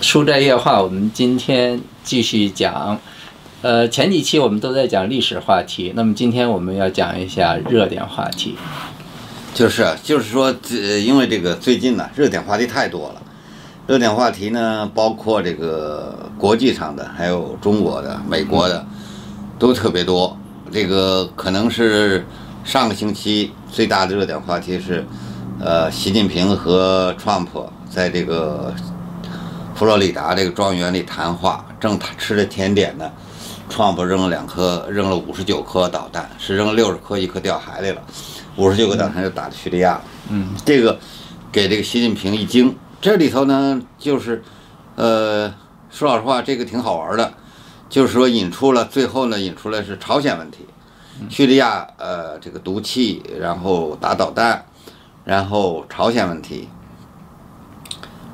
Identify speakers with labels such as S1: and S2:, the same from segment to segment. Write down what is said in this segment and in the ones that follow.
S1: 书斋夜话，我们今天继续讲。呃，前几期我们都在讲历史话题，那么今天我们要讲一下热点话题。
S2: 就是啊就是说，这因为这个最近呢、热点话题太多了，热点话题呢，包括这个国际上的，还有中国的、美国的，都特别多。这个可能是上个星期最大的热点话题是，呃，习近平和 Trump 在这个佛罗里达这个庄园里谈话，正吃着甜点呢。Trump 扔了两颗，扔了五十九颗导弹，是扔了六十颗，一颗掉海里了，五十九个导弹就打到叙利亚了。
S1: 嗯，
S2: 这个给这个习近平一惊。这里头呢，就是，呃，说老实话，这个挺好玩的，就是说引出了最后呢，引出来是朝鲜问题，叙利亚呃这个毒气，然后打导弹，然后朝鲜问题，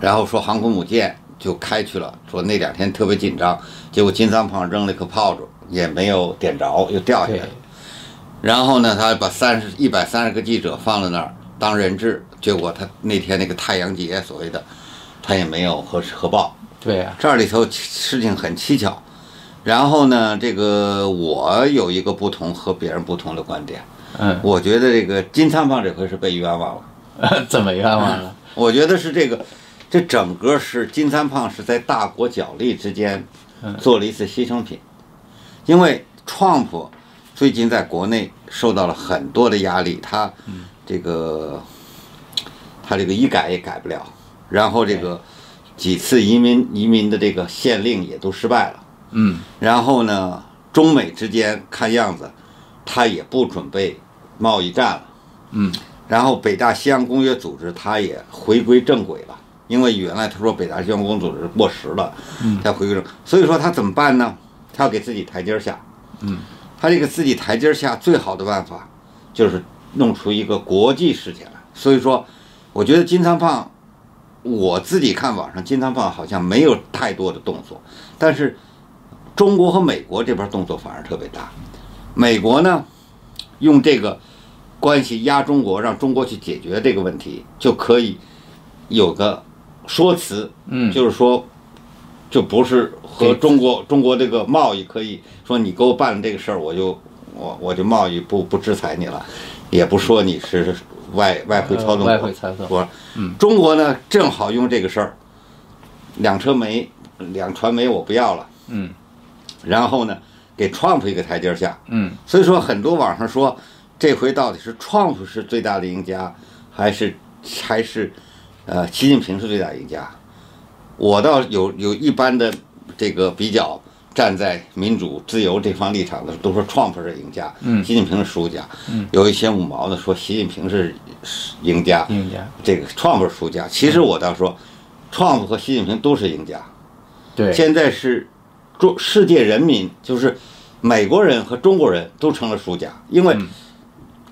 S2: 然后说航空母舰就开去了，说那两天特别紧张，结果金三胖扔了一颗炮竹，也没有点着，又掉下
S1: 对
S2: 来了。，然后呢，他把三十一百三十个记者放在那儿当人质，结果他那天那个太阳节所谓的，他也没有核核爆。
S1: 对啊，
S2: 这里头事情很蹊跷。然后呢，这个我有一个不同和别人不同的观点，
S1: 嗯，
S2: 我觉得这个金灿棒这回是被冤枉了。
S1: 怎么冤枉了？
S2: 我觉得是这个，这整个是金三胖是在大国角力之间
S1: 嗯
S2: 做了一次牺牲品，因为 Trump 最近在国内受到了很多的压力，他这个他这个一改也改不了，然后这个几次移民移民的这个限令也都失败了，
S1: 嗯，
S2: 然后呢，中美之间看样子他也不准备贸易战了。
S1: 嗯，
S2: 然后北大西洋公约组织它也回归正轨了，因为原来他说北大西洋公约组织过时了，它回归正，所以说他怎么办呢？他要给自己台阶儿下，
S1: 嗯，
S2: 他这个自己台阶儿下最好的办法就是弄出一个国际事件来。所以说，我觉得金三胖，我自己看网上金三胖好像没有太多的动作，但是中国和美国这边动作反而特别大，美国呢用这个。关系压中国，让中国去解决这个问题，就可以有个说辞，
S1: 嗯
S2: 就是说，就不是和
S1: 对
S2: 中国中国这个贸易可以说你给我办了这个事儿，我就我我就贸易不不制裁你了，也不说你是外外汇操纵国、
S1: 呃外汇操纵
S2: 我
S1: 嗯
S2: 中国呢正好用这个事儿，两车煤两船煤我不要了，
S1: 嗯
S2: 然后呢给 Trump 一个台阶下，
S1: 嗯，
S2: 所以说，很多网上说，这回到底是 Trump 是最大的赢家，还是还是呃习近平是最大赢家？我倒有有一般的这个比较站在民主自由这方立场的，都说 Trump 是赢家，
S1: 嗯
S2: 习近平是输家，嗯，有一些五毛的说习近平是是赢家，
S1: 赢家，
S2: 这个 Trump 是输家。其实我倒说、t r u m p 和习近平都是赢家，
S1: 对，
S2: 现在是中世界人民，就是美国人和中国人都成了输家，因为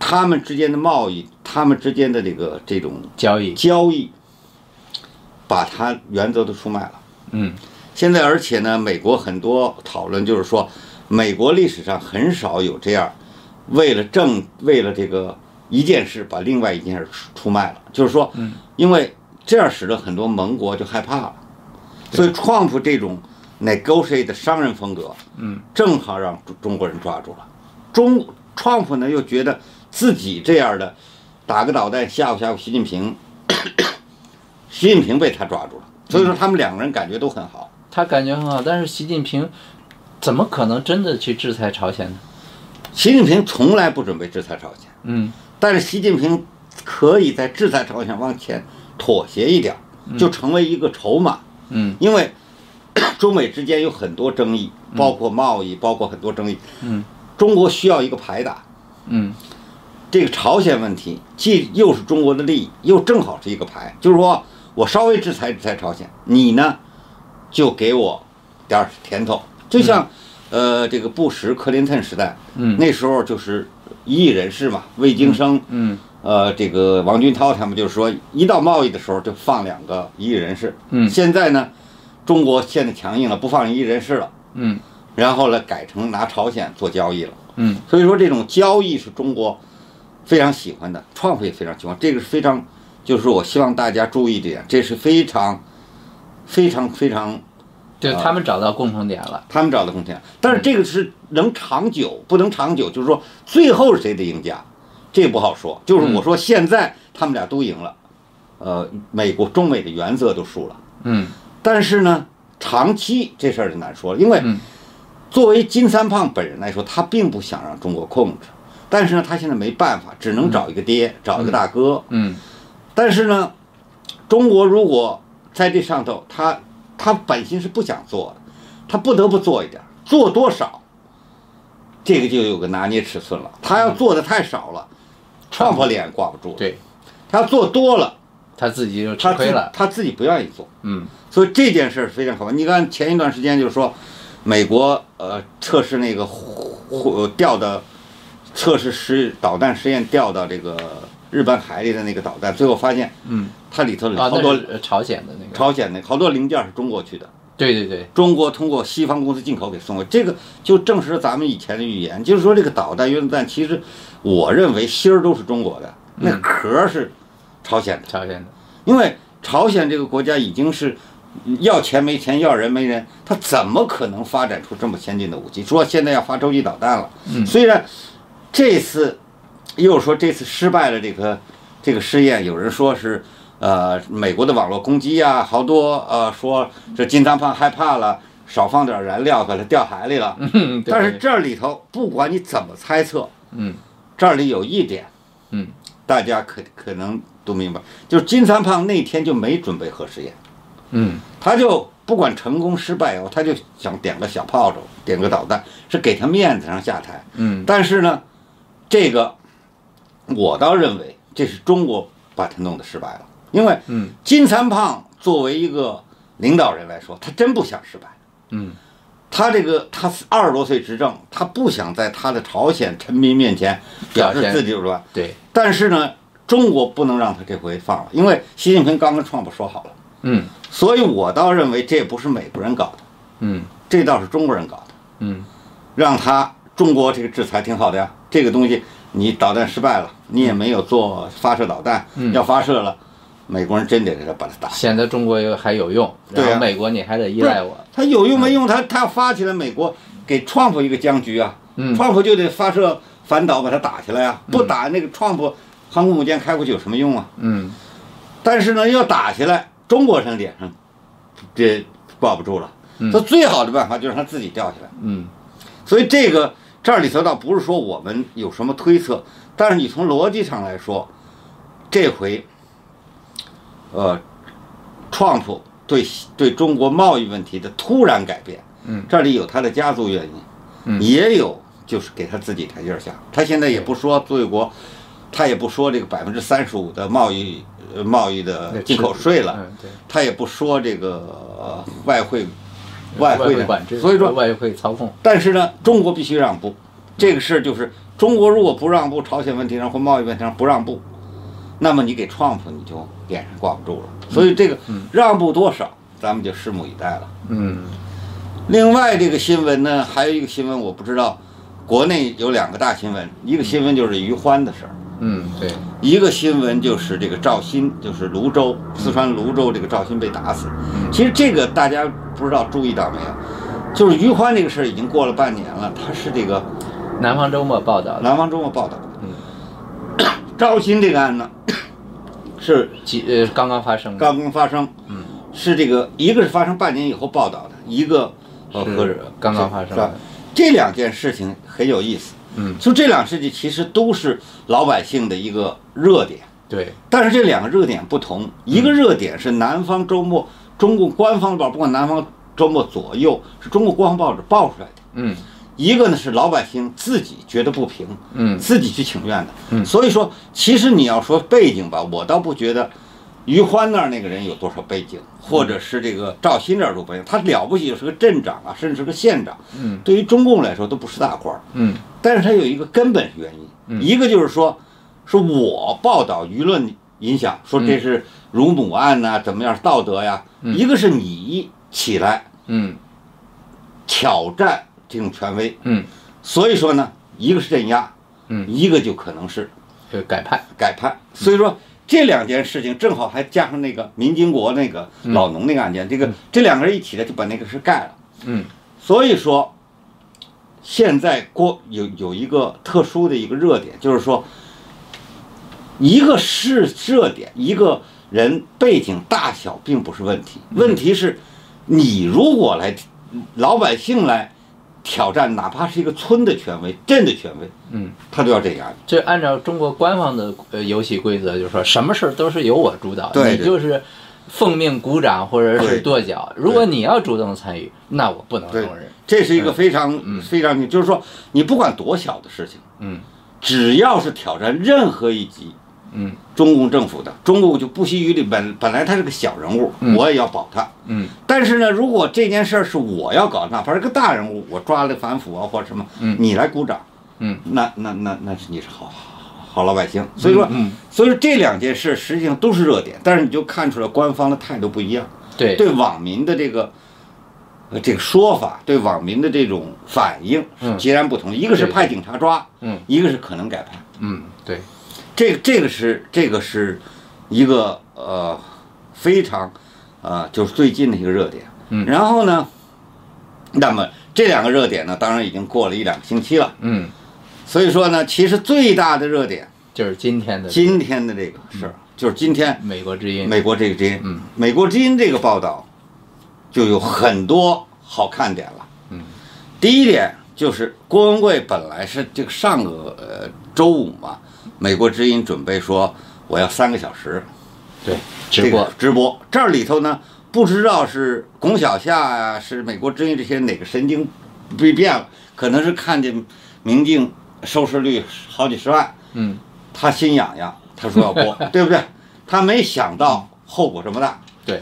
S2: 他们之间的贸易，他们之间的这个这种
S1: 交易，
S2: 交易，把它原则都出卖了。
S1: 嗯
S2: 现在而且呢，美国很多讨论就是说，美国历史上很少有这样，为了政为了这个一件事把另外一件事出出卖了，就是说，因为这样使得很多盟国就害怕了，所以 Trump 这种 negotiate 的商人风格，
S1: 嗯，
S2: 正好让中中国人抓住了。中 Trump 呢又觉得自己这样的打个导弹吓唬吓唬习近平， 习近平被他抓住了，所以说他们两个人感觉都很好。
S1: 他感觉很好，但是习近平怎么可能真的去制裁朝鲜呢？
S2: 习近平从来不准备制裁朝鲜，
S1: 嗯
S2: 但是习近平可以在制裁朝鲜往前妥协一点儿，就成为一个筹码。
S1: 嗯，
S2: 因为 中美之间有很多争议，包括贸易，包括很多争议。
S1: 嗯，
S2: 中国需要一个牌打。
S1: 嗯
S2: 这个朝鲜问题既又是中国的利益，又正好是一个牌，就是说我稍微制裁制裁朝鲜，你呢就给我点儿甜头，就像、呃这个布什、克林顿时代，
S1: 嗯
S2: 那时候就是一亿人士嘛，魏京生，
S1: 嗯
S2: 呃这个王军涛他们就是说，一到贸易的时候就放两个一亿人士，
S1: 嗯
S2: 现在呢，中国现在强硬了，不放一亿人士了，
S1: 嗯
S2: 然后呢改成拿朝鲜做交易了。
S1: 嗯，
S2: 所以说这种交易是中国非常喜欢的，创富也非常喜欢，这个是非常，就是我希望大家注意这点，这是非常非常非常，
S1: 就是
S2: 啊
S1: 他们找到共同点了。
S2: 他们找的空间，但是这个是能长久，不能长久，就是说最后是谁的赢家，这不好说。就是我说现在他们俩都赢了，呃，美国中美的原则都输了，
S1: 嗯
S2: 但是呢，长期这事儿就难说了，因为
S1: 嗯
S2: 作为金三胖本人来说，他并不想让中国控制，但是呢，他现在没办法，只能找一个爹，找一个大哥，
S1: 嗯
S2: 但是呢，中国如果在这上头，他他本心是不想做的，他不得不做一点儿，做多少，这个就有个拿捏尺寸了。他要做的太少了，创破脸挂不住；
S1: 嗯对
S2: 他做多了，
S1: 他自己就吃
S2: 他
S1: 亏
S2: 自
S1: 了。
S2: 他自己不愿意做。
S1: 嗯
S2: 所以这件事儿非常可怕。你看前一段时间就是说，美国呃测试那个火掉的测试实导弹实验掉到这个日本海里的那个导弹，最后发现
S1: 嗯
S2: 它里头
S1: 啊，
S2: 好多
S1: 那是朝鲜的那个。
S2: 朝鲜那好多零件是中国去的，
S1: 对对对，
S2: 中国通过西方公司进口给送过去，这个就证实了咱们以前的预言，就是说这个导弹、原子弹，其实我认为芯儿都是中国的，那壳儿是朝鲜的，
S1: 朝鲜的。
S2: 因为朝鲜这个国家已经是要钱没钱，要人没人，他怎么可能发展出这么先进的武器？说现在要发洲际导弹了，
S1: 嗯
S2: 虽然这次又说这次失败了这个这个试验，有人说是呃美国的网络攻击呀、好多呃说这金三胖害怕了，少放点燃料把它掉海里了。
S1: 嗯，对
S2: 但是
S1: 对
S2: 这里头不管你怎么猜测，
S1: 嗯
S2: 这里有一点，
S1: 嗯，
S2: 大家可可能都明白，就是金三胖那天就没准备核试验，
S1: 嗯
S2: 他就不管成功失败哦，他就想点个小炮仗，点个导弹，是给他面子上下台。
S1: 嗯
S2: 但是呢，这个我倒认为这是中国把他弄得失败了，因为
S1: 嗯
S2: 金三胖作为一个领导人来说，他真不想失败。
S1: 嗯
S2: 他这个他二十多岁执政，他不想在他的朝鲜臣民面前表示
S1: 表现
S2: 自己是吧？
S1: 对，
S2: 但是呢，中国不能让他这回放了，因为习近平刚跟川普说好了，
S1: 嗯
S2: 所以我倒认为这不是美国人搞的，
S1: 嗯
S2: 这倒是中国人搞的。
S1: 嗯
S2: 让他中国这个制裁挺好的呀。这个东西你导弹失败了，你也没有做发射导弹，
S1: 嗯
S2: 要发射了，美国人真得给他把它打。
S1: 显得中国有还有用，
S2: 对啊
S1: 然后美国你还得依赖我。
S2: 他有用没用？他他发起来，美国给创普一个僵局啊，
S1: 嗯
S2: 创普就得发射反导把他打起来啊，不打那个创普航空母舰开过去有什么用啊？
S1: 嗯
S2: 但是呢，要打起来，中国人脸上这抱不住了。
S1: 嗯
S2: 他最好的办法就是让他自己掉下来。
S1: 嗯
S2: 所以这个这里头倒不是说我们有什么推测，但是你从逻辑上来说，这回，呃，创普对对中国贸易问题的突然改变，
S1: 嗯，
S2: 这里有他的家族原因，
S1: 嗯
S2: 也有就是给他自己台阶儿下。他现在也不说作为国，他也不说这个百分之三十五的贸易呃贸易的进口税了，
S1: 嗯对，
S2: 他也不说这个、呃外汇外汇的
S1: 嗯管制，
S2: 所以说
S1: 外汇操控。
S2: 但是呢，中国必须让步，这个事儿就是中国如果不让步，朝鲜问题上或贸易问题上不让步，那么你给创普你就脸上挂不住了。所以这个让步多少，咱们就拭目以待了。
S1: 嗯
S2: 另外这个新闻呢，还有一个新闻我不知道，国内有两个大新闻，一个新闻就是于欢的事儿，
S1: 嗯对，
S2: 一个新闻就是这个赵鑫，就是泸州四川泸州这个赵鑫被打死。其实这个大家不知道注意到没有，就是于欢这个事儿已经过了半年了，他是这个。
S1: 南方周末报道的，
S2: 南方周末报道，
S1: 嗯，
S2: 赵鑫这个案呢，是
S1: 几呃刚刚发生的，
S2: 刚刚发生，
S1: 嗯，
S2: 是这个一个是发生半年以后报道的，一个呃
S1: 是
S2: 和
S1: 哦刚刚发生的
S2: 是吧这两件事情很有意思，
S1: 嗯，
S2: 就这两事情其实都是老百姓的一个热点，
S1: 对，
S2: 但是这两个热点不同，一
S1: 嗯
S2: 个热点是南方周末中共官方报，不管南方周末左右是中共官方报纸报出来的。
S1: 嗯
S2: 一个呢是老百姓自己觉得不平，
S1: 嗯
S2: 自己去请愿的。
S1: 嗯
S2: 所以说，其实你要说背景吧，我倒不觉得于欢那儿那个人有多少背景，
S1: 嗯
S2: 或者是这个赵鑫这儿有多少背景。他了不起就是个镇长啊，甚至是个县长，
S1: 嗯
S2: 对于中共来说都不是大官儿。
S1: 嗯
S2: 但是他有一个根本原因，
S1: 嗯
S2: 一个就是说，是我报道舆论影响，说这是乳母案呐、怎么样道德呀？
S1: 嗯
S2: 一个是你起来
S1: 嗯
S2: 挑战这种权威，
S1: 嗯
S2: 所以说呢，一个是镇压，
S1: 嗯
S2: 一个就可能是
S1: 就改判，
S2: 改判。所以说，这两件事情正好还加上那个民经国那个老农那个案件，这个这两个人一起的就把那个事盖了。
S1: 嗯
S2: 所以说，现在过有有一个特殊的一个热点，就是说，一个是热点，一个人背景大小并不是问题，问题是，你如果来老百姓来挑战，哪怕是一个村的权威、镇的权威，
S1: 嗯，
S2: 他都要这样。
S1: 这按照中国官方的呃游戏规则，就是说什么事儿都是由我主导，
S2: 对
S1: 你就是奉命鼓掌或者是
S2: 对
S1: 跺脚。如果你要主动参与，那我不能
S2: 对
S1: 容忍。，
S2: 这是一
S1: 哎
S2: 个非常、非常，就是说，你不管多小的事情，
S1: 嗯
S2: 只要是挑战任何一级
S1: 嗯
S2: 中共政府的，中共就不惜于力。本本来他是个小人物，我也要保他。
S1: 嗯
S2: 但是呢，如果这件事儿是我要搞，哪怕是个大人物，我抓了反腐啊或者什么，你来鼓掌，
S1: 嗯，
S2: 那那那那是你是好好老百姓。所以说，
S1: 嗯
S2: 所以说这两件事实际上都是热点，但是你就看出来官方的态度不一样，
S1: 对
S2: 对网民的这个。呃这个说法对网民的这种反应是截然不同，一个是
S1: 嗯对
S2: 派警察抓，
S1: 嗯
S2: 一个是可能改派。
S1: 嗯对，
S2: 这个这个是这个是一个呃非常呃就是最近的一个热点。
S1: 嗯
S2: 然后呢，那么这两个热点呢，当然已经过了一两个星期了。
S1: 嗯，
S2: 所以说呢，其实最大的热点，
S1: 就是今天的
S2: 今天的这个事儿，就是今天
S1: 美国之音。
S2: 美国这个《之音》，
S1: 嗯
S2: 美国《之音》这个报道就有很多好看点了。
S1: 嗯，
S2: 第一点就是郭文贵本来是这个上个呃周五嘛，美国《之音》准备说我要三个小时
S1: 对直播
S2: 这个，直播，这里头呢不知道是龚小夏呀、是美国《之音》这些哪个神经被变了，可能是看见明镜收视率好几十万，
S1: 嗯
S2: 他心痒痒，他说 要播，对不对？他没想到后果这么大。
S1: 对，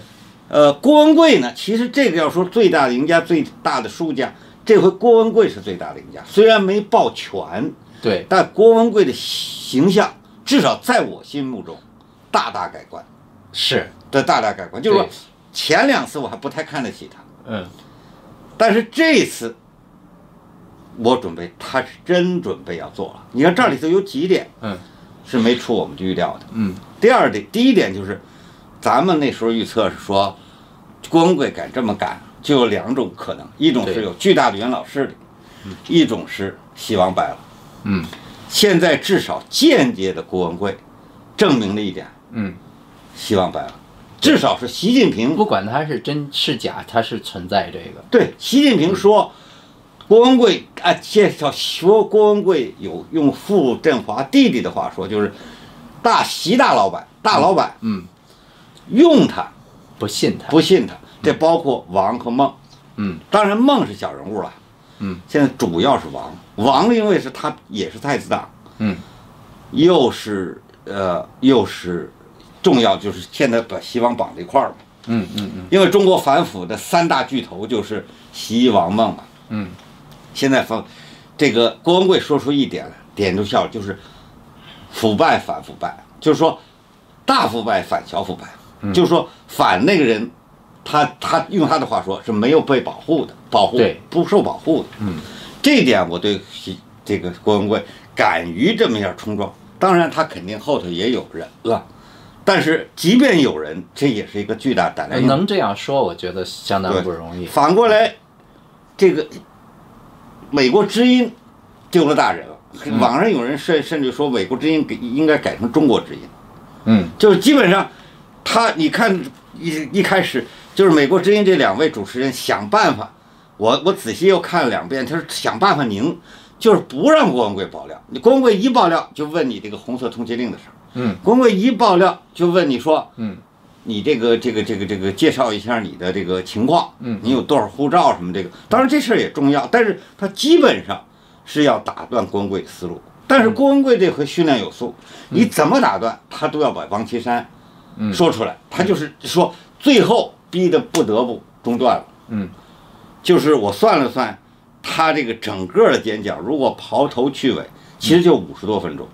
S2: 呃，郭文贵呢，其实这个要说最大的赢家、最大的输家，这回郭文贵是最大的赢家。虽然没抱全，
S1: 对
S2: 但郭文贵的形象至少在我心目中大大改观，
S1: 是
S2: 这大大改观。就是说
S1: 对，
S2: 前两次我还不太看得起他，
S1: 嗯
S2: 但是这一次，我准备他是真准备要做了。你看这里头有几点
S1: 嗯
S2: 是没出我们预料的。
S1: 嗯
S2: 第二点，第一点就是，咱们那时候预测是说，郭文贵敢这么干，就有两种可能，一种
S1: 对
S2: 是有巨大的元老势力，一种是西王败了。
S1: 嗯
S2: 现在至少间接的郭文贵证明了一点，
S1: 嗯，
S2: 西王败了，至少是习近平
S1: 不管它是真是假，它是存在这个。
S2: 对习
S1: 嗯
S2: 近平说。郭文贵啊，介绍说郭文贵有用傅振华弟弟的话说，就是大习大老板，大老板
S1: 嗯，
S2: 用他，
S1: 不信它。
S2: 不信他。这包括王和孟，
S1: 嗯，
S2: 当然孟是小人物了，
S1: 嗯，
S2: 现在主要是王，王因为是他也是太子党，
S1: 嗯，
S2: 又是呃又是重要，就是现在把西王绑在一块儿了，
S1: 嗯嗯嗯
S2: 因为中国反腐的三大巨头就是西王孟嘛，
S1: 嗯，
S2: 现在反这个郭文贵说出一点来，点出效果就是腐败反腐败，就是说大腐败反小腐败，
S1: 嗯
S2: 就是说反那个人，他他用他的话说是没有被保护的，保护
S1: 对
S2: 不受保护的。嗯，这一点我对习这个郭文贵敢于这么一下冲撞，当然他肯定后头也有人了。但是，即便有人，这也是一个巨大胆量。
S1: 哎能这样说，我觉得相当
S2: 对
S1: 不容易。
S2: 反过来，这个美国之音丢了大人
S1: 嗯
S2: 了。网上有人甚甚至说，美国之音给应该改成中国之音，
S1: 嗯
S2: 就是基本上他你看一一开始就是美国之音这两位主持人想办法，我我仔细又看了两遍，他说想办法拧，就是不让郭文贵爆料。你郭文贵一爆料，就问你这个红色通缉令的事儿；
S1: 嗯
S2: 郭文贵一爆料，就问你说
S1: 嗯
S2: 你这个这个这个这个介绍一下你的这个情况，
S1: 嗯
S2: 你有多少护照什么这个，当然这事儿也重要，但是他基本上是要打断郭文贵的思路。但
S1: 嗯
S2: 是郭文贵这回训练有素，你怎么打断他都要把王岐山
S1: 嗯
S2: 说出来，他就是说最后逼得不得不中断了。
S1: 嗯
S2: 就是我算了算，他这个整个的剪角如果刨头去尾，其实就五十多分钟。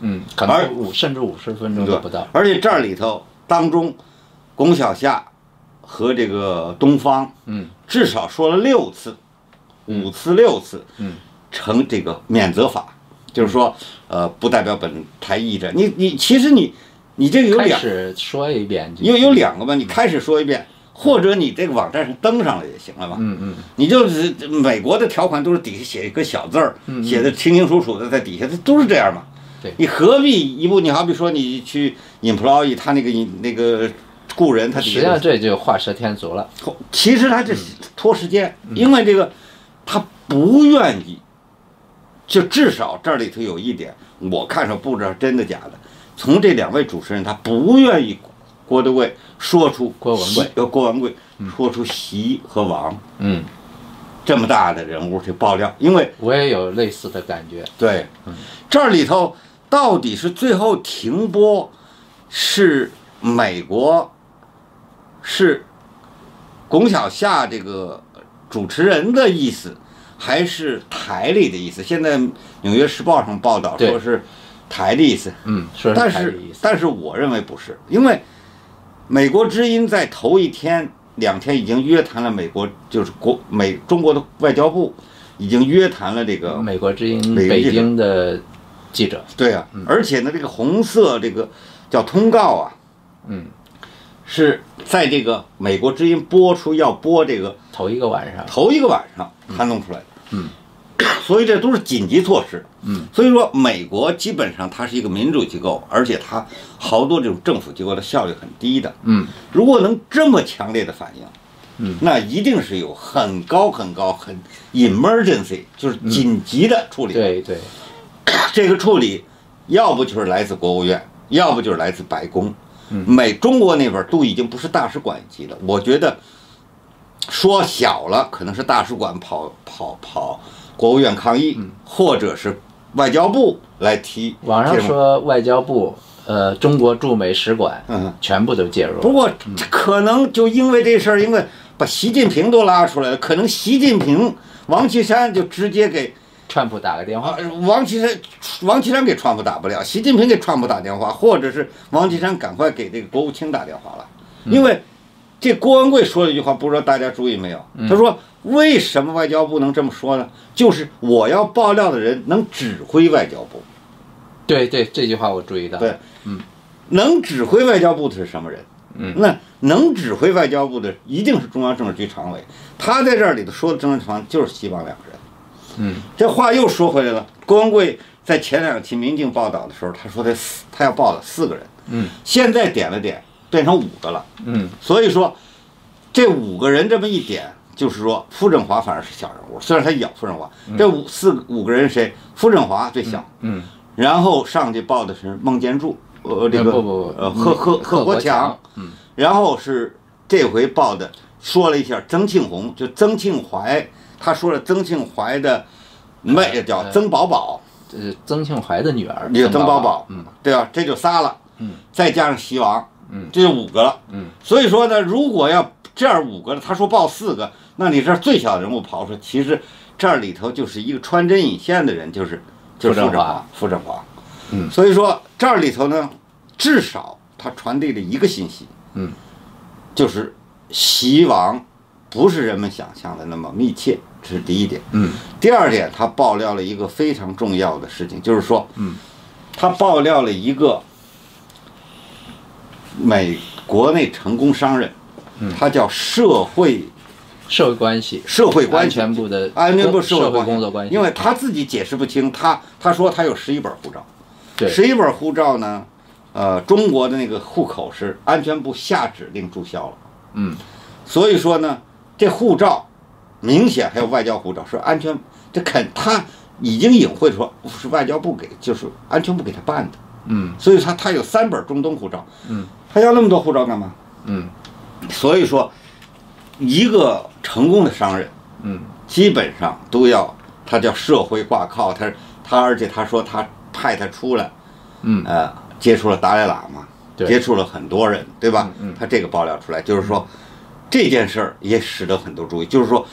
S1: 嗯，可
S2: 而
S1: 能
S2: 嗯
S1: 五甚至五十分钟嗯都不到。
S2: 而且这里头当中，龚小夏和这个东方
S1: 嗯
S2: 至少说了六次，五次六次，
S1: 嗯，
S2: 成这个免责法，就是说，呃，不代表本台意见。你你其实你你这个有
S1: 开
S2: 两，
S1: 始说一遍就，
S2: 因为有两个嘛，你开始说一遍，或者你这个网站上登上了也行了嘛。
S1: 嗯嗯
S2: 你就是美国的条款都是底下写一个小字儿，
S1: 嗯嗯
S2: 写的清清楚楚的，在底下它都是这样嘛。
S1: 对
S2: 你何必一步？你好比说你去 employee 他那个那个雇人，他
S1: 嗯，
S2: 底
S1: 实
S2: 下
S1: 际上这就画蛇添足了。
S2: 其实他
S1: 嗯
S2: 这拖时间，因为这个他不愿意，就至少这里头有一点，我看上不知道真的假的。从这两位主持人，他不愿意郭德贵说出
S1: 郭文贵
S2: 习，呃，郭文贵说出习和王
S1: 嗯，
S2: 这么大的人物去爆料，因为
S1: 我也有类似的感觉。
S2: 对，这里头到底是最后停播是美国是龚小夏这个主持人的意思，还是台里的意思？现在《纽约时报》上报道
S1: 对
S2: 说是台的意思，
S1: 嗯，说
S2: 但
S1: 台
S2: 是
S1: 的意思。
S2: 但是我认为不是，因为美国之音在头一天两天已经约谈了美国，就是国美中国的外交部已经约谈了这个
S1: 美国之音
S2: 美国
S1: 北
S2: 记者
S1: 京的记者，
S2: 对啊，而且呢，这个红色这个叫通告啊，
S1: 嗯，
S2: 是在这个美国之音播出要播这个
S1: 头一个晚上，
S2: 头一个晚上他弄出来的，
S1: 嗯，
S2: 所以这都是紧急措施，
S1: 嗯，
S2: 所以说美国基本上它是一个民主机构，而且它好多这种政府机构的效率很低的，
S1: 嗯，
S2: 如果能这么强烈的反应，
S1: 嗯，
S2: 那一定是有很高很高很 emergency，就是紧急的处理，
S1: 对对，
S2: 这个处理，要不就是来自国务院，要不就是来自白宫。
S1: 嗯
S2: 美中国那边都已经不是大使馆级了，我觉得说小了，可能是大使馆跑跑跑国务院抗议，或者是外交部来提。
S1: 嗯网上，说外交部，呃，中国驻美使馆
S2: 嗯，
S1: 全部都介入
S2: 不
S1: 了。
S2: 过可能就因为这事儿，因为把习近平都拉出来了，可能习近平、王岐山就直接给
S1: 川普打个电话，
S2: 啊，王岐山，王岐山给川普打不了，习近平给川普打电话，或者是王岐山赶快给这个国务卿打电话了，因为这郭文贵说了一句话，不知道大家注意没有？他说为什么外交部能这么说呢？就是我要爆料的人能指挥外交部，
S1: 对对，这句话我注意到。
S2: 对能指挥外交部的是什么人？
S1: 嗯
S2: 那能指挥外交部的一定是中央政治局常委，他在这里头说的政治局常委就是西方两个人。
S1: 嗯
S2: 这话又说回来了，郭文贵在前两期民进报道的时候，他说他四他要报道四个人，
S1: 嗯
S2: 现在点了点，变成五个了。
S1: 嗯，
S2: 所以说，这五个人这么一点，就是说傅政华反而是小人物，虽然他咬傅政华，这五四个五个人谁？傅政华最小，
S1: 嗯，
S2: 然后上去报的是孟建柱，呃，这
S1: 呃
S2: 个
S1: 不不不
S2: 呃贺贺贺国强，，
S1: 嗯
S2: 然后是这回报的说了一下曾庆红，就曾庆怀，他说了曾庆怀的妹叫
S1: 呃
S2: 曾宝宝，
S1: 呃，曾庆怀的女儿，
S2: 也有曾宝
S1: 宝
S2: 宝，，
S1: 嗯，
S2: 对吧？这就仨了，
S1: 嗯，
S2: 再加上西王，
S1: 嗯，
S2: 这就五个了，
S1: 嗯，
S2: 所以说呢，如果要这样五个了，他说报四个，那你这儿最小人物刨出来，其实这儿里头就是一个穿针引线的人，就是就是
S1: 傅
S2: 傅
S1: 政
S2: 政
S1: 华
S2: 华，傅政华，
S1: 嗯
S2: 所以说这儿里头呢，至少他传递了一个信息，
S1: 嗯，
S2: 就是西王不是人们想象的那么密切，这是第一点。
S1: 嗯
S2: 第二点，他爆料了一个非常重要的事情，就是说，
S1: 嗯，
S2: 他爆料了一个美国内成功商人，
S1: 嗯
S2: 他叫社会
S1: 社会关系，
S2: 社会关
S1: 安
S2: 系
S1: 全部的
S2: 安全部
S1: 工
S2: 社
S1: 社会
S2: 会
S1: 工作关系，
S2: 因为他自己解释不清，他他说他有十一本护照，
S1: 对
S2: 十一本护照呢，呃，中国的那个户口是安全部下指令注销了。
S1: 嗯
S2: 所以说呢，这护照明显还有外交护照是安全，这肯他已经隐晦说是外交部给，就是安全部给他办的，
S1: 嗯
S2: 所以他他有三本中东护照，
S1: 嗯，
S2: 他要那么多护照干嘛？
S1: 嗯
S2: 所以说，一个成功的商人
S1: 嗯
S2: 基本上都要他叫社会挂靠，他他而且他说他派他出来，
S1: 嗯，
S2: 呃，接触了达赖喇嘛，
S1: 对
S2: 接触了很多人，对吧？
S1: 嗯嗯嗯
S2: 他这个爆料出来，就是说这件事儿也使得很多注意，就是说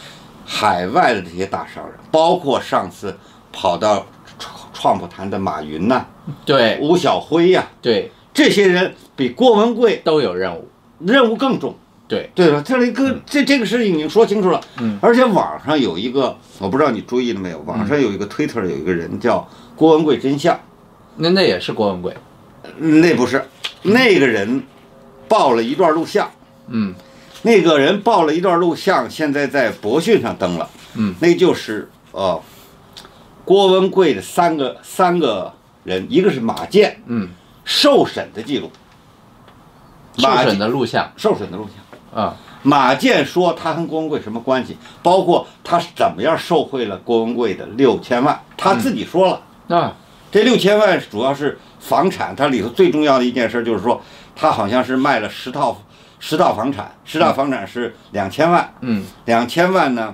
S2: 海外的这些大商人，包括上次跑到创创普坛的马云呐、
S1: 对
S2: 吴晓辉呀、
S1: 对，
S2: 这些人，比郭文贵
S1: 都有任务，
S2: 任务更重。
S1: 对，
S2: 对吧？这里个这这个事情已经说清楚了，
S1: 嗯
S2: 而且网上有一个，我不知道你注意了没有，网
S1: 嗯
S2: 上有一个推特有一个人叫郭文贵真相，
S1: 那那也是郭文贵，
S2: 那不是，那个人报了一段录像，
S1: 嗯
S2: 那个人报了一段录像，现在在博讯上登了。
S1: 嗯
S2: 那就是呃，郭文贵的三个三个人，一个是马建
S1: 嗯，
S2: 受审的记录，
S1: 受
S2: 马
S1: 审
S2: 建
S1: 的录像
S2: 受审的录像。
S1: 啊，
S2: 马建说他跟郭文贵什么关系，包括他是怎么样受贿了郭文贵的六千万，他自己说了，
S1: 那
S2: 这六千万主要是房产，它里头最重要的一件事就是说，他好像是卖了十套十套房产，十套房产是两千万，
S1: 嗯
S2: 两千万呢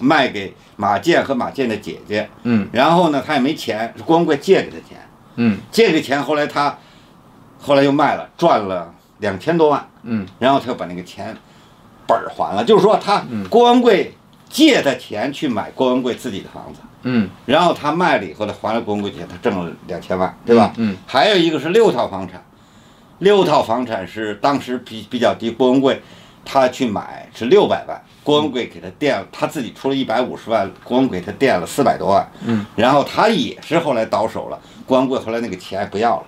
S2: 卖给马建和马建的姐姐，
S1: 嗯
S2: 然后呢他也没钱，是郭文贵借给他钱，
S1: 嗯
S2: 借给钱后来他后来又卖了，赚了两千多万。
S1: 嗯
S2: 然后他又把那个钱本儿还了，就是说他郭文贵借他钱去买郭文贵自己的房子，
S1: 嗯，
S2: 然后他卖了以后，他还了郭文贵钱，他挣了两千万，对吧？
S1: 嗯
S2: 还有一个是六套房产，六套房产是当时比比较低，郭文贵他去买是六百万，郭文贵给他垫了，他自己出了一百五十万，郭文贵给他垫了四百多万，
S1: 嗯，
S2: 然后他也是后来倒手了，郭文贵后来那个钱不要了。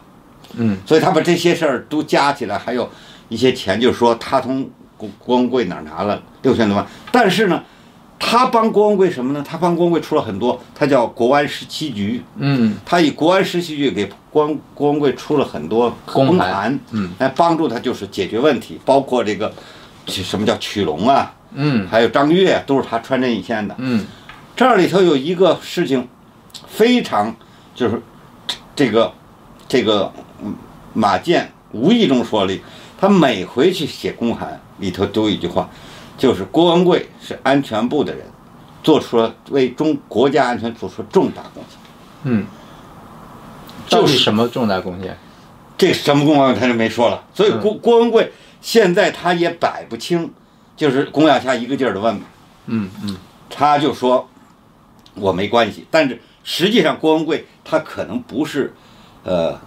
S1: 嗯
S2: 所以他把这些事儿都加起来，还有一些钱，就是说他从郭郭文贵哪儿拿了六千多万，但是呢，他帮郭文贵什么呢？他帮郭文贵出了很多，他叫国安十七局，
S1: 嗯
S2: 他以国安十七局给郭文郭文贵出了很多
S1: 公
S2: 公
S1: 函
S2: 函，
S1: 嗯，
S2: 来帮助他就是解决问题，包括这个什么叫曲龙啊，
S1: 嗯
S2: 还有张悦，都是他穿针引线的。
S1: 嗯
S2: 这里头有一个事情非常就是这个这个嗯马建无意中说了一，他每回去写公函里头都有一句话，就是郭文贵是安全部的人，做出了为中国家安全做出重大贡献。
S1: 嗯，
S2: 就
S1: 到底
S2: 是
S1: 什么重大贡献？
S2: 这什么公安他就没说了，所以
S1: 嗯
S2: 郭郭文贵现在他也摆不清，就是龚亚夏一个劲儿的问嘛，
S1: 嗯嗯
S2: 他就说我没关系，但是实际上郭文贵他可能不是呃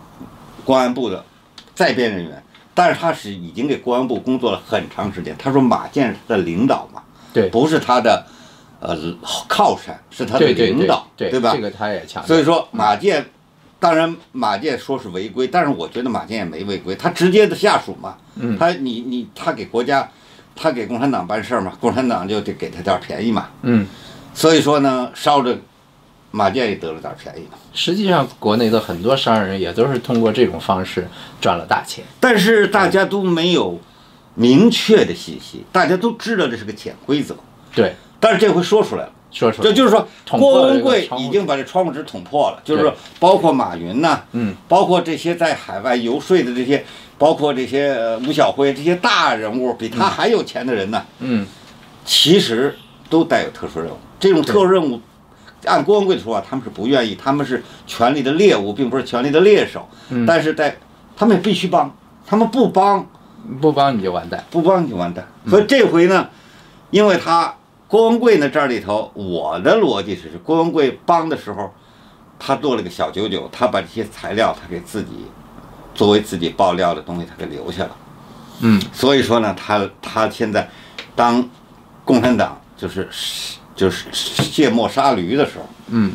S2: 公安部的在编人员，但是他是已经给公安部工作了很长时间。他说马建是他的领导嘛，
S1: 对
S2: 不是他的呃靠山，是他的
S1: 对对
S2: 领
S1: 对
S2: 导，
S1: 啊对
S2: 吧？
S1: 这个他也强调，
S2: 所以说马建，当然马建说是违规，但是我觉得马建也没违规，他直接的下属嘛，
S1: 嗯
S2: 他你你他给国家，他给共产党办事儿嘛，共产党就得给他点儿便宜嘛，
S1: 嗯，
S2: 所以说呢，烧着马建也得了点儿便宜嘛。
S1: 实际上国内的很多商人也都是通过这种方式赚了大钱。
S2: 但是大家都没有明确的信息，大家都知道这是个潜规则，
S1: 对，
S2: 但是这回说出来了。
S1: 说出来
S2: 这就是说，
S1: 捅破
S2: 郭
S1: 了这
S2: 文
S1: 个
S2: 贵
S1: 窗户
S2: 已经把这窗户纸捅破了，就是
S1: 对
S2: 说，包括马云呐、
S1: 嗯，
S2: 包括这些在海外游说的这些，包括这些呃吴晓辉这些大人物，比他还有钱的人呢，
S1: 嗯
S2: 其实都带有特殊任务。这种特殊任务，按郭文贵的说法，他们是不愿意，他们是权力的猎物，并不是权力的猎手。
S1: 嗯，
S2: 但是在他们也必须帮，他们不帮
S1: 不帮你就完蛋。
S2: 不帮你就完蛋。所以这回呢，因为他郭文贵呢这里头，我的逻辑是郭文贵帮的时候，他做了个小九九，他把这些材料他给自己作为自己爆料的东西他给留下了。
S1: 嗯
S2: 所以说呢，他他现在当共产党就是就是卸磨杀驴的时候，
S1: 嗯，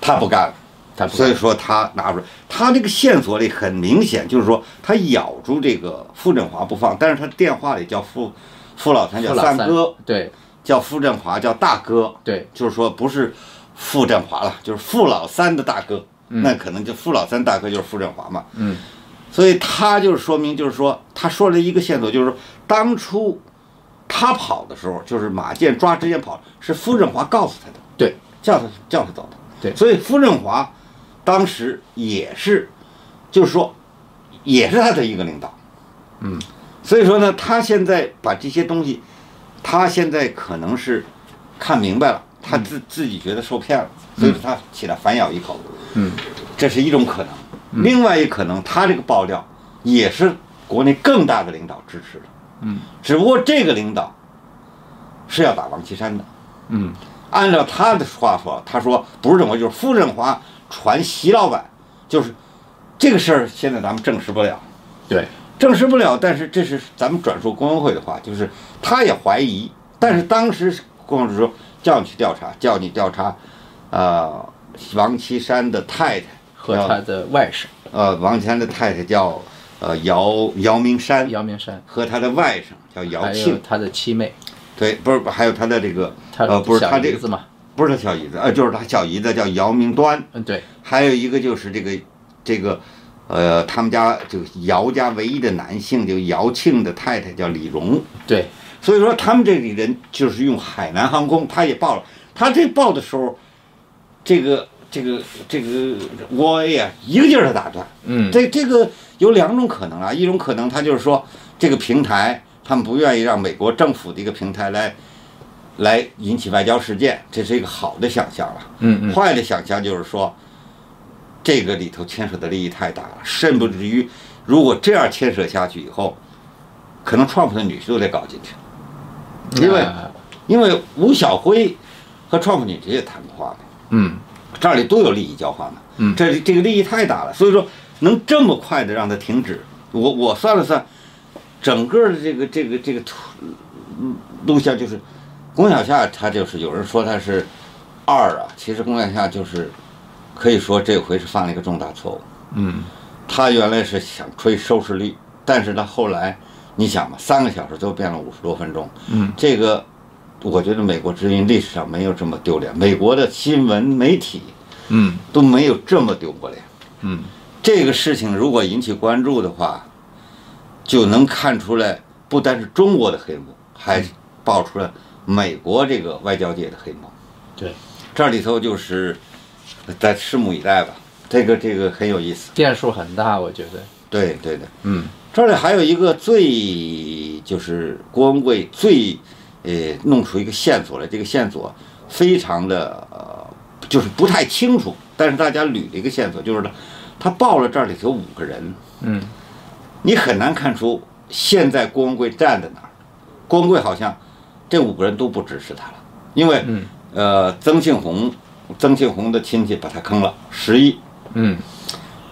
S2: 他不干了。
S1: 他不
S2: 所以说他拿出来，他这个线索里很明显，就是说他咬住这个傅振华不放，但是他电话里叫傅傅老三
S1: 付
S2: 叫
S1: 老
S2: 三
S1: 三
S2: 哥，，
S1: 对
S2: 叫傅振华叫大哥，
S1: 对，
S2: 就是说不是傅振华了，就是傅老三的大哥，那可能就傅老三大哥就是傅振华嘛。
S1: 嗯
S2: 所以他就是说明，就是说他说了一个线索，就是说当初他跑的时候，就是马建抓之前跑，是傅振华告诉他的。
S1: 对，
S2: 叫他叫他走的。
S1: 对
S2: 所以傅振华当时也是，就是说，也是他的一个领导。
S1: 嗯，
S2: 所以说呢，他现在把这些东西，他现在可能是看明白
S1: 嗯
S2: 了，他自、自己觉得受骗了，所以说他起来反咬一口，
S1: 嗯
S2: 这是一种可能。另外一可能，他这个爆料也是国内更大的领导支持的，
S1: 嗯
S2: 只不过这个领导是要打王岐山的。
S1: 嗯
S2: 按照他的话说，他说不是这么回事，就是傅振华传习老板，就是这个事儿，现在咱们证实不了，
S1: 对，
S2: 证实不了。但是这是咱们转述工文会的话，就是他也怀
S1: 嗯
S2: 疑，但是当时工文会说叫你去调查，叫你调查，呃，王岐山的太太
S1: 和他的外甥
S2: 呃，王岐山的太太叫呃姚姚明山
S1: 姚明山，
S2: 和他的外甥叫姚
S1: 还有
S2: 庆，
S1: 他的七妹，
S2: 对，不是还有他的这个
S1: 他
S2: 呃不是他
S1: 小
S2: 这
S1: 姨
S2: 个
S1: 子嘛，
S2: 不是他小姨子，呃就是他小姨子叫姚明端，
S1: 嗯，对，
S2: 还有一个就是这个这个呃他们家就姚家唯一的男性就姚庆的太太叫李荣，
S1: 对，
S2: 所以说他们这里人就是用海南航空，他也报了，他这报的时候，这个这个这个 O A 啊，一个劲儿的打断。
S1: 嗯，
S2: 这这个有两种可能啊，一种可能他就是说这个平台他们不愿意让美国政府的一个平台来来引起外交事件，这是一个好的想象了。
S1: 嗯嗯，
S2: 坏的想象就是说，这个里头牵扯的利益太大了，甚不至于如果这样牵扯下去以后，可能川普的女婿都得搞进去。因为
S1: 那
S2: 因为吴晓辉和创普女婿也谈不话嘛，
S1: 嗯
S2: 这里都有利益交换嘛，
S1: 嗯
S2: 这里这个利益太大了，所以说能这么快的让它停止，我我算了算，整个的这个这个这个图嗯录像就是，龚小夏他就是有人说他是二啊，其实龚小夏就是可以说这回是犯了一个重大错误，
S1: 嗯
S2: 他原来是想吹收视率，但是他后来你想嘛，三个小时都变了五十多分钟，
S1: 嗯，
S2: 这个我觉得美国之音历史上没有这么丢脸，美国的新闻媒体
S1: 嗯
S2: 都没有这么丢过脸。
S1: 嗯
S2: 这个事情如果引起关注的话，就能看出来，不单是中国的黑幕，还爆出来美国这个外交界的黑幕。
S1: 对，
S2: 这里头就是，咱拭目以待吧。这个这个很有意思。
S1: 变数很大，我觉得，
S2: 对对对。
S1: 嗯
S2: 这里还有一个最就是郭文贵最呃弄出一个线索来，这个线索非常的呃就是不太清楚，但是大家捋了一个线索，就是呢，他报了这里头五个人，
S1: 嗯
S2: 你很难看出现在郭文贵站在哪儿。郭文贵好像这五个人都不支持他了，因为、
S1: 嗯
S2: 呃曾庆红曾庆红的亲戚把他坑了十亿，
S1: 嗯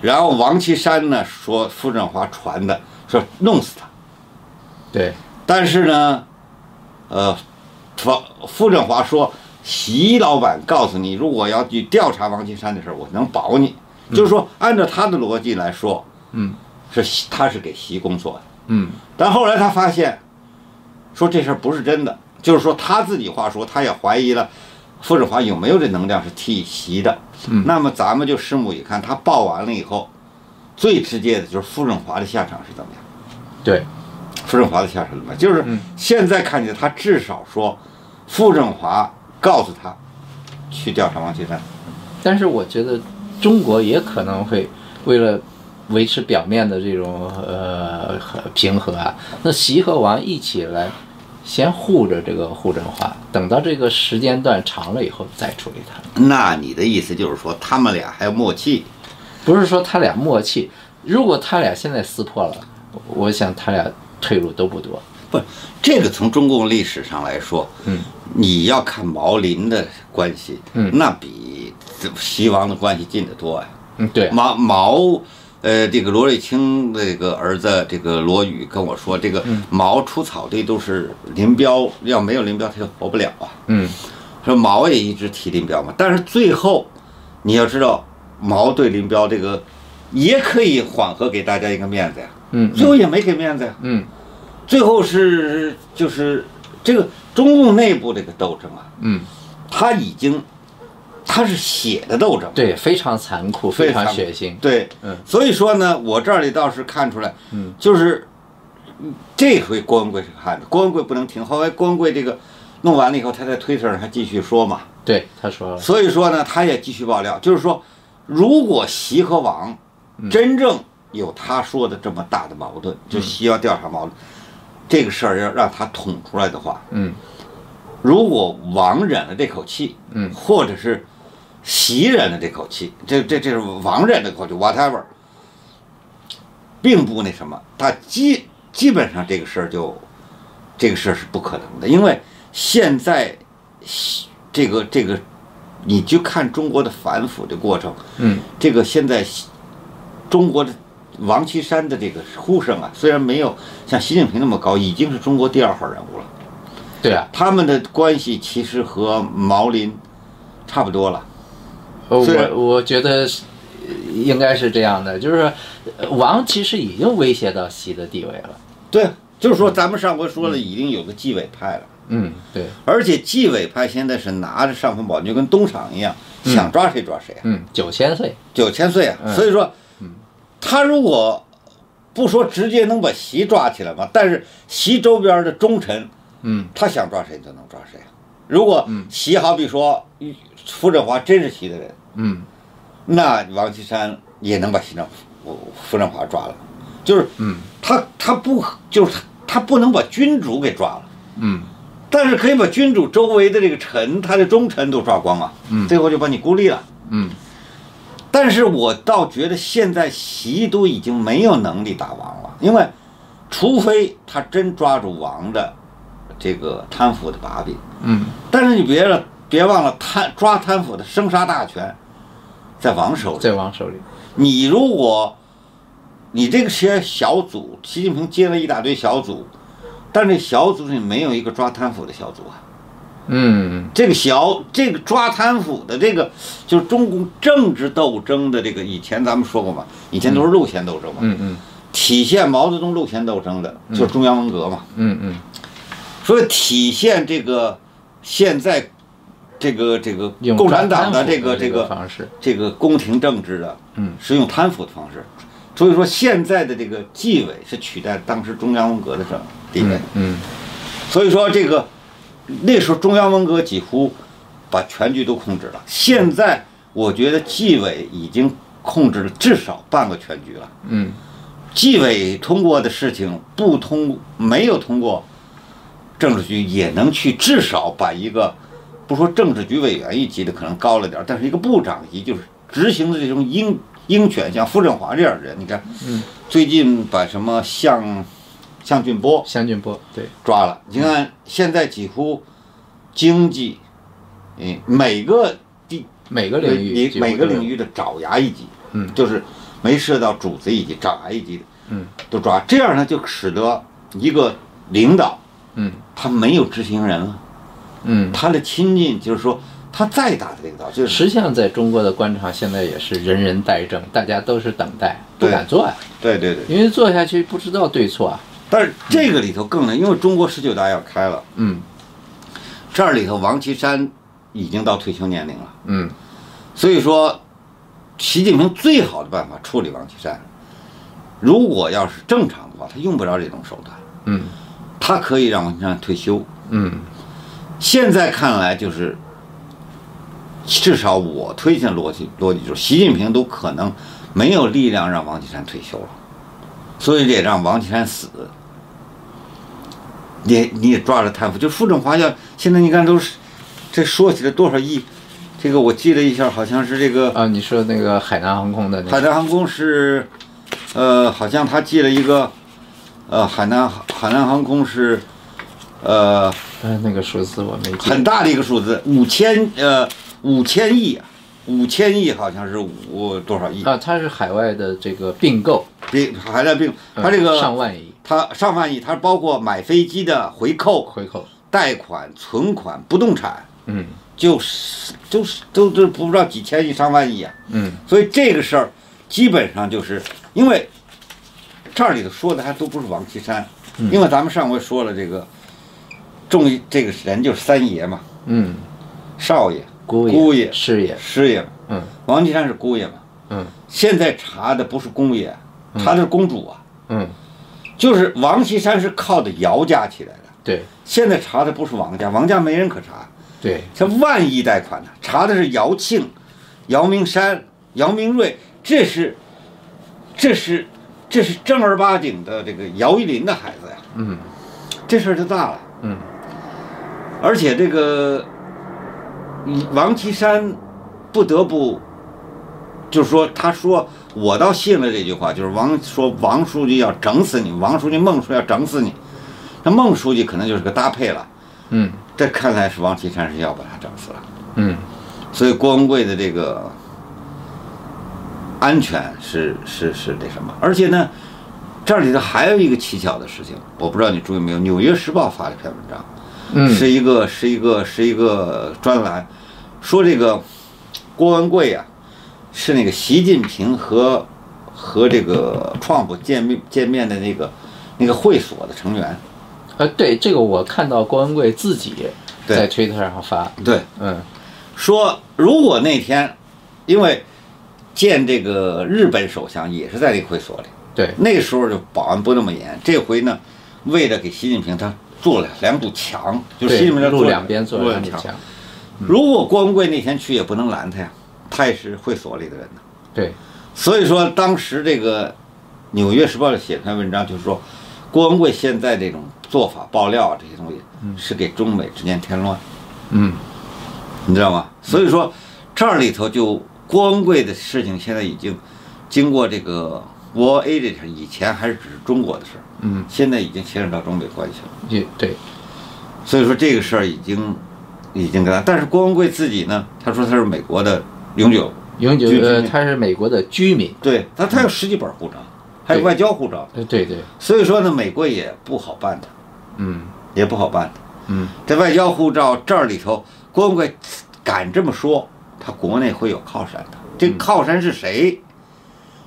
S2: 然后王岐山呢说傅振华传的说弄死他。
S1: 对，
S2: 但是呢，呃，傅傅振华说，习老板告诉你，如果要去调查王岐山的事儿，我能保你。就是说，按照他的逻辑来说，
S1: 嗯
S2: 是习他是给习工作的。
S1: 嗯
S2: 但后来他发现，说这事儿不是真的，就是说他自己话说，他也怀疑了傅振华有没有这能量是替习的。
S1: 嗯
S2: 那么咱们就拭目以看，他报完了以后，最直接的就是傅振华的下场是怎么样。
S1: 对，
S2: 傅振华的下手怎么样？就是
S1: 嗯
S2: 现在看见他至少说，傅振华告诉他去调查王岐山，
S1: 但是我觉得中国也可能会为了。维持表面的这种呃和平和啊，那习和王一起来，先护着这个护振华，等到这个时间段长了以后再处理他。
S2: 那你的意思就是说他们俩还有默契？
S1: 不是说他俩默契，如果他俩现在撕破了，我想他俩退路都不多。
S2: 不，这个从中共历史上来说，
S1: 嗯，
S2: 你要看毛林的关系，
S1: 嗯
S2: 那比西王的关系近得多呀、
S1: 嗯，对，
S2: 毛毛，呃，这个罗瑞卿这个儿子，这个罗宇跟我说，这个
S1: 嗯
S2: 毛出草地都是林彪，要没有林彪他就活不了啊。
S1: 嗯
S2: 说毛也一直提林彪嘛，但是最后你要知道，毛对林彪这个也可以缓和给大家一个面子呀，
S1: 嗯
S2: 最后也没给面子呀，
S1: 嗯
S2: 最后是就是这个中共内部这个斗争啊，
S1: 嗯，
S2: 他已经他是血的斗争，
S1: 对，非常残酷，非常血腥。
S2: 对，
S1: 嗯
S2: 所以说呢，我这里倒是看出来，
S1: 嗯，
S2: 就是嗯这回郭文贵是个汉子，郭文贵不能停，后来郭文贵这个弄完了以后，他在推特上还继续说嘛，
S1: 对，他说了，
S2: 所以说呢，他也继续爆料，就是说，如果习和王真正有他说的这么大的矛盾，就习要调查矛盾，这个事儿要让他捅出来的话，
S1: 嗯
S2: 如果王忍了这口气，
S1: 嗯
S2: 或者是习忍了这口气，这这这是王忍的口气，whatever，并不那什么，他基基本上这个事儿就这个事儿是不可能的，因为现在西这个这个，你就看中国的反腐的过程，
S1: 嗯
S2: 这个现在西中国的王岐山的这个呼声啊，虽然没有像习近平那么高，已经是中国第二号人物了。
S1: 对啊，
S2: 他们的关系其实和毛林差不多了。
S1: 呃
S2: 虽然
S1: 我我觉得呃应该是这样的，就是呃王其实已经威胁到习的地位了。
S2: 对，就是说咱们上回说了，已经有个纪委派了，
S1: 嗯，对，
S2: 而且纪委派现在是拿着尚方宝剑，就跟东厂一样，想抓谁抓谁啊，
S1: 嗯，九千岁，
S2: 九千岁啊。所以说，他如果不说直接能把习抓起来嘛，但是习周边的忠臣，
S1: 嗯，
S2: 他想抓谁就能抓谁啊。如果习好比说傅振华真是习的人，
S1: 嗯
S2: 那王岐山也能把新政傅傅振华抓了，就是，
S1: 嗯
S2: 他他不就是他他不能把君主给抓了，
S1: 嗯
S2: 但是可以把君主周围的这个臣，他的忠臣都抓光啊，
S1: 嗯
S2: 最后就把你孤立了。
S1: 嗯
S2: 但是我倒觉得现在习都已经没有能力打王了，因为除非他真抓住王的这个贪腐的把柄，
S1: 嗯，
S2: 但是你别了别忘了贪抓贪腐的生杀大权在王手里。
S1: 在王手里，
S2: 你如果你这个些小组，习近平接了一大堆小组，但这小组里没有一个抓贪腐的小组啊。
S1: 嗯
S2: 这个小这个抓贪腐的这个，就是中共政治斗争的这个，以前咱们说过嘛，以前都是路线斗争嘛，
S1: 嗯嗯
S2: 体现毛泽东路线斗争的就是中央文革嘛，
S1: 嗯嗯
S2: 所以体现这个现在这个这个
S1: 用
S2: 共产党的
S1: 这
S2: 这个这个
S1: 方式，
S2: 这个宫廷政治的，
S1: 嗯，
S2: 是用贪腐的方式，所以说现在的这个纪委是取代当时中央文革的这种地位，
S1: 嗯
S2: 所以说这个那时候中央文革几乎把全局都控制了，现在我觉得纪委已经控制了至少半个全局了，
S1: 嗯
S2: 纪委通过的事情不通没有通过政治局也能去至少把一个不说政治局委员一级的可能高了点儿，但是一个部长级就是执行的这种鹰鹰犬，像傅振华这样的人，你看，
S1: 嗯
S2: 最近把什么向向俊波
S1: 向俊波对，
S2: 抓了，你看现在几乎经济，嗯，每个地
S1: 每个领域
S2: 你每个领
S1: 域，
S2: 域的爪牙一级，
S1: 嗯
S2: 就是没涉到主子一级、爪牙一级的，
S1: 嗯，
S2: 都抓。这样呢，就使得一个领导
S1: 嗯
S2: 他没有执行人了，
S1: 嗯。
S2: 他的亲近就是说，他再大的领导就是
S1: 实际上，在中国的官场现在也是人人待政，大家都是等待，不敢做呀、
S2: 对对对。
S1: 因为做下去不知道对错啊。
S2: 但是这个里头更难，因为中国十九大要开了，
S1: 嗯
S2: 这里头王岐山已经到退休年龄了，
S1: 嗯
S2: 所以说，习近平最好的办法处理王岐山，如果要是正常的话，他用不着这种手段，
S1: 嗯
S2: 他可以让王岐山退休。
S1: 嗯
S2: 现在看来就是，至少我推荐逻辑逻辑就是，习近平都可能没有力量让王岐山退休了，所以得让王岐山死。你也你也抓着贪腐，就傅政华要现在你看都是，这说起来多少亿，这个我记了一下，好像是这个
S1: 啊，你说那个海南航空的那
S2: 海
S1: 个，
S2: 南航空是，呃，好像他记了一个，呃，海南海南航空是，呃，
S1: 呃，那个数字我没记。
S2: 很大的一个数字，五千呃五千亿啊，五千亿好像是五多少亿？
S1: 啊，它是海外的这个并购，
S2: 比海南并
S1: 嗯
S2: 它这
S1: 上
S2: 个
S1: 万亿
S2: 它上万亿，它包括买飞机的回扣、
S1: 回扣，
S2: 贷款、存款、不动产，
S1: 嗯
S2: 就是就是都都不知道几千亿、上万亿啊。
S1: 嗯
S2: 所以这个事儿基本上就是因为这里头说的还都不是王岐山，
S1: 嗯
S2: 因为咱们上回说了这个众议这个人就是三爷嘛，
S1: 嗯，
S2: 少爷、
S1: 姑
S2: 姑爷
S1: 师爷，
S2: 师爷嘛。
S1: 嗯
S2: 王岐山是姑爷嘛？
S1: 嗯
S2: 现在查的不是公爷，查的是公主啊。
S1: 嗯，
S2: 就是王岐山是靠的姚家起来的，
S1: 对
S2: 现在查的不是王家，王家没人可查，
S1: 对，
S2: 他万亿贷款呢，查的是姚庆、姚明山、姚明瑞，这是，这是，这是正儿八经的这个姚依林的孩子呀，
S1: 嗯
S2: 这事儿就大了。
S1: 嗯
S2: 而且这个嗯王岐山不得不，就是说，他说我倒信了这句话，就是王说王书记要整死你，王书记、孟书记要整死你，那孟书记可能就是个搭配了。
S1: 嗯
S2: 这看来是王岐山是要把他整死了，
S1: 嗯
S2: 所以郭文贵的这个安全是是是那什么，而且呢，这里头还有一个蹊跷的事情，我不知道你注意没有，《纽约时报》发了一篇文章，
S1: 嗯
S2: 是一个是一个是一个专栏，说这个郭文贵呀、啊是那个习近平和和这个创普见面见面的那个那个会所的成员。
S1: 啊，对这个我看到郭文贵自己
S2: 对
S1: 在推特上发，
S2: 对，
S1: 嗯
S2: 说如果那天，因为见这个日本首相也是在那个会所里，
S1: 对，
S2: 那时候就保安不那么严，这回呢，为了给习近平他做了两堵墙，就习
S1: 对
S2: 近平他
S1: 路
S2: 做了
S1: 两边做
S2: 路
S1: 了
S2: 两
S1: 你
S2: 墙。
S1: 讲，
S2: 如果郭文贵那天去也不能拦他呀，他也是会所里的人呢。
S1: 对
S2: 所以说，当时这个《纽约时报》就写篇文章，就是说，郭文贵现在这种做法、爆料啊这些东西，是给中美之间添乱，
S1: 嗯
S2: 你知道吗？所以说，这里头就郭文贵的事情，现在已经经过这个国 A 这事儿，以前还是只是中国的事儿，
S1: 嗯
S2: 现在已经牵扯到中美关系了。
S1: 也对
S2: 所以说这个事儿已经已经跟他，但是郭文贵自己呢，他说他是美国的永久，
S1: 永久
S2: 居
S1: 呃
S2: 民
S1: 他是美国的居民，
S2: 对他他有十几本护照，还有
S1: 对
S2: 外交护照，
S1: 呃对对
S2: 所以说呢，美国也不好办他，
S1: 嗯
S2: 也不好办他。
S1: 嗯
S2: 这外交护照这儿里头，郭文贵敢这么说，他国内会有靠山的。这个靠山是谁？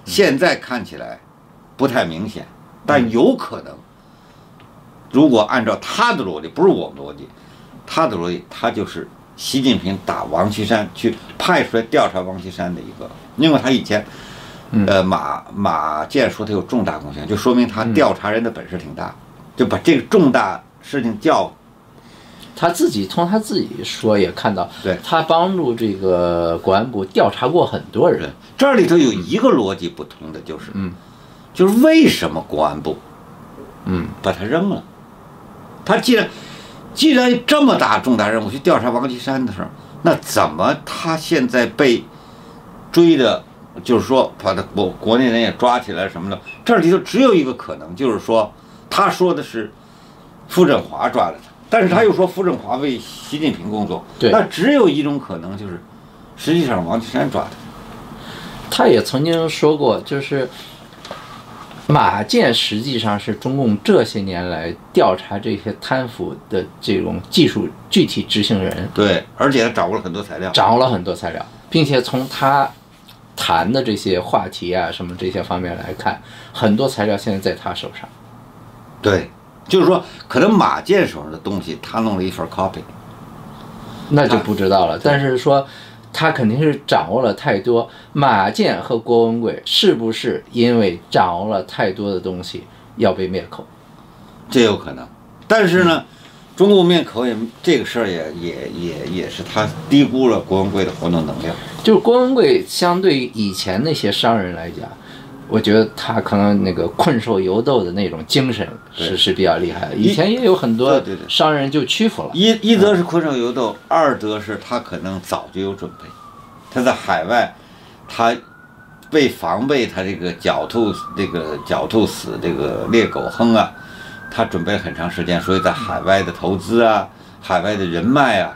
S2: 现在看起来不太明显，但有可能。如果按照他的逻辑，不是我们逻辑，他的逻辑，他就是习近平打王岐山去派出来调查王岐山的一个，因为他以前，呃，马马建说他有重大贡献，就说明他调查人的本事挺大，就把这个重大事情叫
S1: 他自己从他自己说也看到，
S2: 对
S1: 他帮助这个国安部调查过很多人，
S2: 这里头有一个逻辑不通的，就是，就是为什么国安部
S1: 嗯
S2: 把他扔了？他既然既然这么大重大任务去调查王岐山的事儿，那怎么他现在被追的，就是说把他国国内人也抓起来什么的？这里头只有一个可能，就是说他说的是傅政华抓了他，但是他又说傅政华为习近平工作，
S1: 对
S2: 那只有一种可能就是，实际上王岐山抓的。
S1: 他也曾经说过，就是马建实际上是中共这些年来调查这些贪腐的这种技术具体执行人，
S2: 对，而且他掌握了很多材料。
S1: 掌握了很多材料，并且从他谈的这些话题啊什么这些方面来看，很多材料现在在他手上。
S2: 对，就是说，可能马建手上的东西，他弄了一份 copy。
S1: 那就不知道了。但是说他肯定是掌握了太多。马建和郭文贵是不是因为掌握了太多的东西要被灭口？
S2: 这有可能。但是呢，中共面口也这个事儿也也也也是他低估了郭文贵的活动能量。
S1: 就是郭文贵相对于以前那些商人来讲。我觉得他可能那个困兽犹斗的那种精神是
S2: 对
S1: 是比较厉害的。以前也有很多
S2: 对对对
S1: 商人就屈服了，
S2: 一一则是困兽犹斗，二则是他可能早就有准备，他在海外，他为防备他这个狡兔这个狡兔死这个猎狗烹啊，他准备了很长时间，所以在海外的投资啊，海外的人脉啊，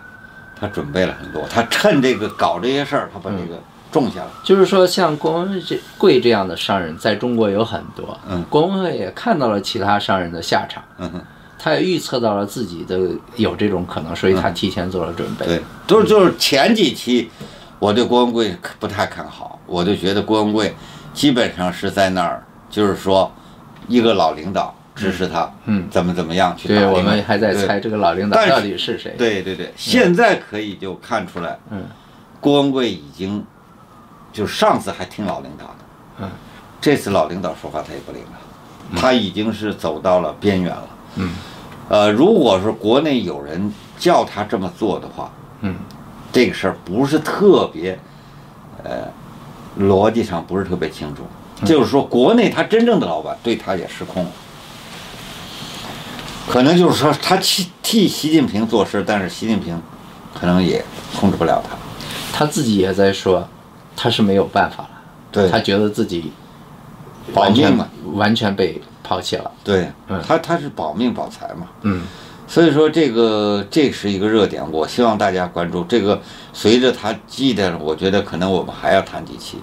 S2: 他准备了很多，他趁这个搞这些事儿，他把这个种下了。
S1: 就是说，像郭文贵这贵这样的商人，在中国有很多。
S2: 嗯，
S1: 郭文贵也看到了其他商人的下场。
S2: 嗯哼，
S1: 他也预测到了自己的有这种可能，所以他提前做了准备。
S2: 对，就是就是前几期我对郭文贵可不太看好，我就觉得郭文贵基本上是在那儿，就是说一个老领导支持他，
S1: 嗯
S2: 怎么怎么样去打
S1: 对，
S2: 领导
S1: 我们还在
S2: 对
S1: 猜这个老领导
S2: 但是
S1: 到底是谁。
S2: 对对对，现在可以就看出来，
S1: 嗯，
S2: 郭文贵已经就上次还听老领导的，
S1: 嗯，
S2: 这次老领导说话他也不领了，他已经是走到了边缘了，
S1: 嗯，
S2: 呃，如果说国内有人叫他这么做的话，
S1: 嗯，
S2: 这个事儿不是特别，呃，逻辑上不是特别清楚，就是说国内他真正的老板对他也失控了。可能就是说他替替习近平做事，但是习近平可能也控制不了他。
S1: 他自己也在说，他是没有办法了，
S2: 对
S1: 他觉得自己
S2: 保
S1: 完
S2: 命
S1: 全
S2: 嘛，
S1: 完全被抛弃了。
S2: 对
S1: 嗯
S2: 他他是保命保财嘛，
S1: 嗯，
S2: 所以说这个这是一个热点，我希望大家关注这个。随着他记得，我觉得可能我们还要谈几期，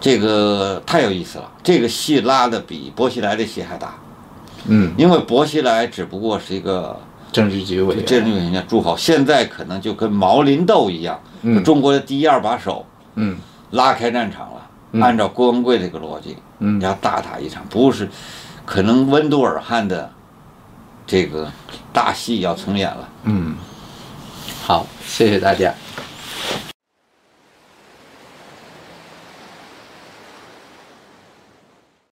S2: 这个太有意思了。这个戏拉的比薄熙来的戏还大，
S1: 嗯，
S2: 因为薄熙来只不过是一个
S1: 政治局委员，
S2: 这种人家诸侯，现在可能就跟毛林斗一样，
S1: 嗯
S2: 中国的第一二把手。
S1: 嗯，
S2: 拉开战场了。
S1: 嗯
S2: 按照郭文贵这个逻辑，
S1: 嗯
S2: 你要大打一场，不是，可能温都尔汗的这个大戏要重演了。
S1: 嗯，好，谢谢大家。